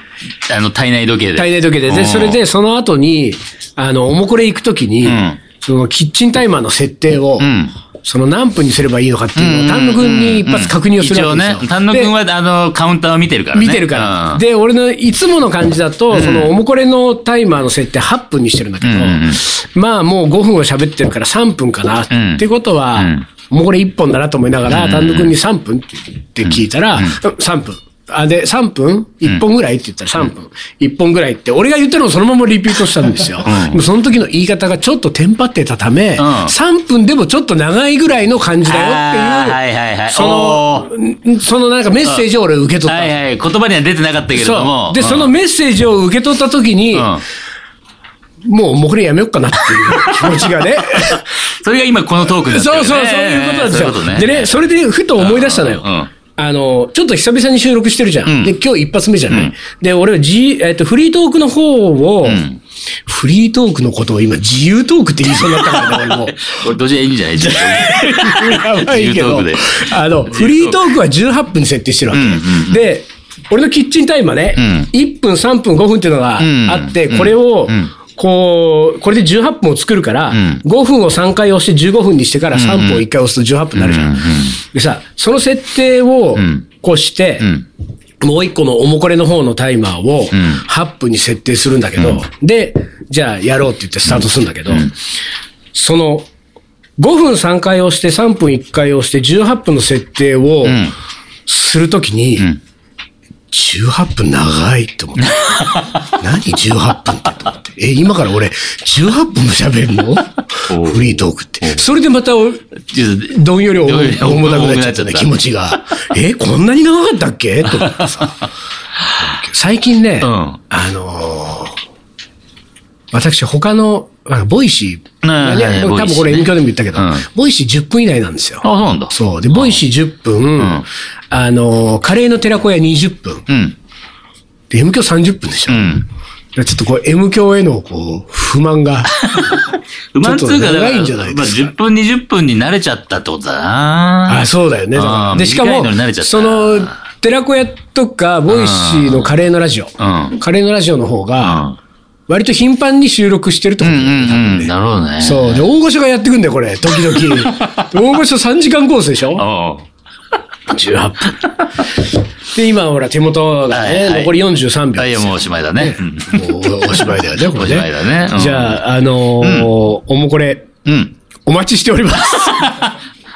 Speaker 2: あの、体内時計で。
Speaker 1: 体内時計で。
Speaker 2: う
Speaker 1: で、
Speaker 2: ん
Speaker 1: それで、その後に、あの、おもこれ行くときに、
Speaker 2: ん
Speaker 1: その、キッチンタイマーの設定を、
Speaker 2: ん
Speaker 1: その何分にすればいいのかっていうのを、丹野くんに一発確認をするわけですよ。
Speaker 2: 一応ね、丹野くん
Speaker 1: で
Speaker 2: は、あの、カウンターを見てるからね。
Speaker 1: 見てるから。
Speaker 2: うん
Speaker 1: で、俺のいつもの感じだと、その、おもこれのタイマーの設定8分にしてるんだけど、
Speaker 2: うんうん
Speaker 1: まあ、もう5分を喋ってるから3分かな、ってことは、
Speaker 2: ん
Speaker 1: もうこれ1本だなと思いながら、単独に3分って言って聞いたら、3分。あ、で、3分 ?1 本ぐらいって言ったら3分。1本ぐらいって、俺が言ったのをそのままリピートしたんですよ。でもその時の言い方がちょっとテンパってたため、3分でもちょっと長いぐらいの感じだよって
Speaker 2: あ
Speaker 1: い
Speaker 2: ー
Speaker 1: う、
Speaker 2: はいはいはい。
Speaker 1: そ
Speaker 2: おー
Speaker 1: の、そのなんかメッセージを俺受け取った
Speaker 2: は
Speaker 1: の
Speaker 2: いはい。言葉には出てなかったけれど
Speaker 1: そ
Speaker 2: も。
Speaker 1: う。で、
Speaker 2: うん
Speaker 1: その、メッセージを受け取った時に
Speaker 2: う、ん
Speaker 1: もうもうこれやめようかなっていう気持ちが ね。
Speaker 2: それが今このトークだったよ
Speaker 1: そう
Speaker 2: ね
Speaker 1: そう、そういうことなんですよ。
Speaker 2: そういうこと
Speaker 1: でね、それでふと思い出したのよ。
Speaker 2: うんうん
Speaker 1: あの、ちょっと久々に収録してるじゃん。
Speaker 2: ん
Speaker 1: で、今日一発目じゃない。で、俺はじ、えっと、フリートークの方を、
Speaker 2: ん
Speaker 1: フリートークのことを今、自由トークって言いそうになったからね、俺もう。
Speaker 2: 俺、どっちでいいんじゃない自
Speaker 1: やばいけど
Speaker 2: 自由トークで、
Speaker 1: あの、フリートークは18分に設定してるわけ。
Speaker 2: うんうんう
Speaker 1: で、俺のキッチンタイムはね、
Speaker 2: う
Speaker 1: 1分、3分、5分っていうのが
Speaker 2: ん
Speaker 1: あって、これを、
Speaker 2: うん
Speaker 1: こう、これで18分を作るから、
Speaker 2: ん
Speaker 1: 5分を3回押して15分にしてから3分を1回押すと18分になるじゃん。
Speaker 2: うんうん
Speaker 1: でさ、その設定を
Speaker 2: ん
Speaker 1: こうして、
Speaker 2: ん
Speaker 1: もう一個のおもこれの方のタイマーを
Speaker 2: ん
Speaker 1: 8分に設定するんだけど、で、じゃあやろうって言ってスタートするんだけど、その、5分3回押して、3分1回押して、18分の設定を
Speaker 2: ん
Speaker 1: するときに、18分長い と思って。何18分ってと思って。え、今から俺、18分も喋るのフリートークって。それでまた、
Speaker 2: 由
Speaker 1: どんより重い
Speaker 2: どんより
Speaker 1: 重たくなっちゃった
Speaker 2: 重くなっちゃっ
Speaker 1: ね、
Speaker 2: た
Speaker 1: 気持ちが。え、こんなに長かったっ けと思ってさ。最近ね、
Speaker 2: うん
Speaker 1: あのー私他の、あボイシー、
Speaker 2: はいはいはい
Speaker 1: ね多
Speaker 2: ボイシーね
Speaker 1: 分これ遠距でも言ったけど、
Speaker 2: うん
Speaker 1: ボイシー10分以内なんですよ
Speaker 2: あ、。そうなんだ。
Speaker 1: そう。で、ボイシー10分、あのーカレーの寺子屋20分、
Speaker 2: うん。
Speaker 1: で M 響30分でしょ。
Speaker 2: うん。
Speaker 1: だからちょっとこう M 響へのこう、不満が。
Speaker 2: 不満つうか、だ
Speaker 1: ちょっと長
Speaker 2: から、まあ、
Speaker 1: いんじゃないですか
Speaker 2: 10分、20分に慣れちゃったってことだな。
Speaker 1: あ、そうだよね。だから
Speaker 2: うん
Speaker 1: で、しか
Speaker 2: 短い
Speaker 1: も
Speaker 2: のに慣れちゃっ、た
Speaker 1: その、寺子屋とか、ボイシーのカレーのラジオ、
Speaker 2: ん
Speaker 1: カレーのラジオの方
Speaker 2: う
Speaker 1: が
Speaker 2: ん、
Speaker 1: 割と頻繁に収録してるってこと
Speaker 2: う
Speaker 1: だよね多分
Speaker 2: んうんう
Speaker 1: ね
Speaker 2: ん。なるほどね。
Speaker 1: そう。で、大御所がやってくんだよ、これ。時 々。で大御所3時間コースでしょ
Speaker 2: おう。
Speaker 1: ?18 分。で、今、ほら、手元が
Speaker 2: はい
Speaker 1: ね、
Speaker 2: はい
Speaker 1: 残り43秒
Speaker 2: はい、
Speaker 1: です
Speaker 2: もうおしまいだね。うん
Speaker 1: もうおおしまいだよね、これ
Speaker 2: おしまいだねうん
Speaker 1: じゃあ、あのー、おもこれ、
Speaker 2: うん。
Speaker 1: お待ちしております。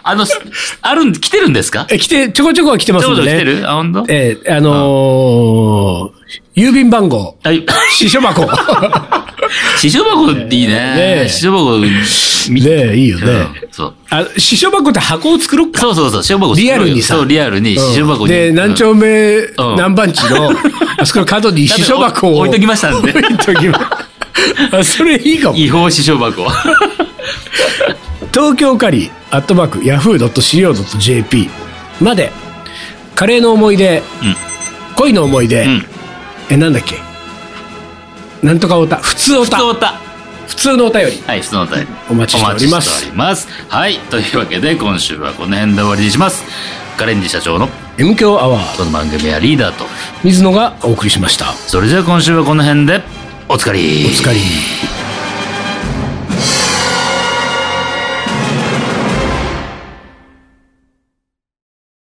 Speaker 2: あの、すあるん、来てるんですか
Speaker 1: え、来て、ちょこちょこは来てます
Speaker 2: ちょ
Speaker 1: ん
Speaker 2: う
Speaker 1: でね。
Speaker 2: ど来てるあ、ほんと
Speaker 1: ええあのー郵便番 号、
Speaker 2: はい。
Speaker 1: 支所箱。
Speaker 2: 試食箱っていい
Speaker 1: ね
Speaker 2: ね
Speaker 1: え。
Speaker 2: 試食箱、み
Speaker 1: ねえ、いいよね。
Speaker 2: うんそう。
Speaker 1: あ、支所箱って箱を作ろっか。
Speaker 2: そうそうそう、試食箱
Speaker 1: リアルにさ
Speaker 2: そう、リアルに、試食箱に。
Speaker 1: で、何
Speaker 2: うん
Speaker 1: 丁目、
Speaker 2: ん
Speaker 1: 何番地 の、あそこの角に支所箱を。
Speaker 2: 置いときましたん で
Speaker 1: 置いときまあそれいいかも。
Speaker 2: 違法試食 箱。
Speaker 1: 東京カリー、アットマーク、ヤフー .co.jp まで、カレーの思い出、恋の思い出、
Speaker 2: ん
Speaker 1: え、なんだっけなんとかおた、普通お
Speaker 2: 普
Speaker 1: た
Speaker 2: 通、おた。
Speaker 1: 普通のお便り。
Speaker 2: はい、普通のお便り。
Speaker 1: お待ちしております
Speaker 2: お待ちしております。はい、というわけで、今週はこの辺で終わりにします。カレンジ社長の
Speaker 1: M 強アワー、
Speaker 2: この番組はリーダーと、
Speaker 1: 水野がお送りしました。
Speaker 2: それじゃあ今週はこの辺で、おつかり。
Speaker 1: お疲れ。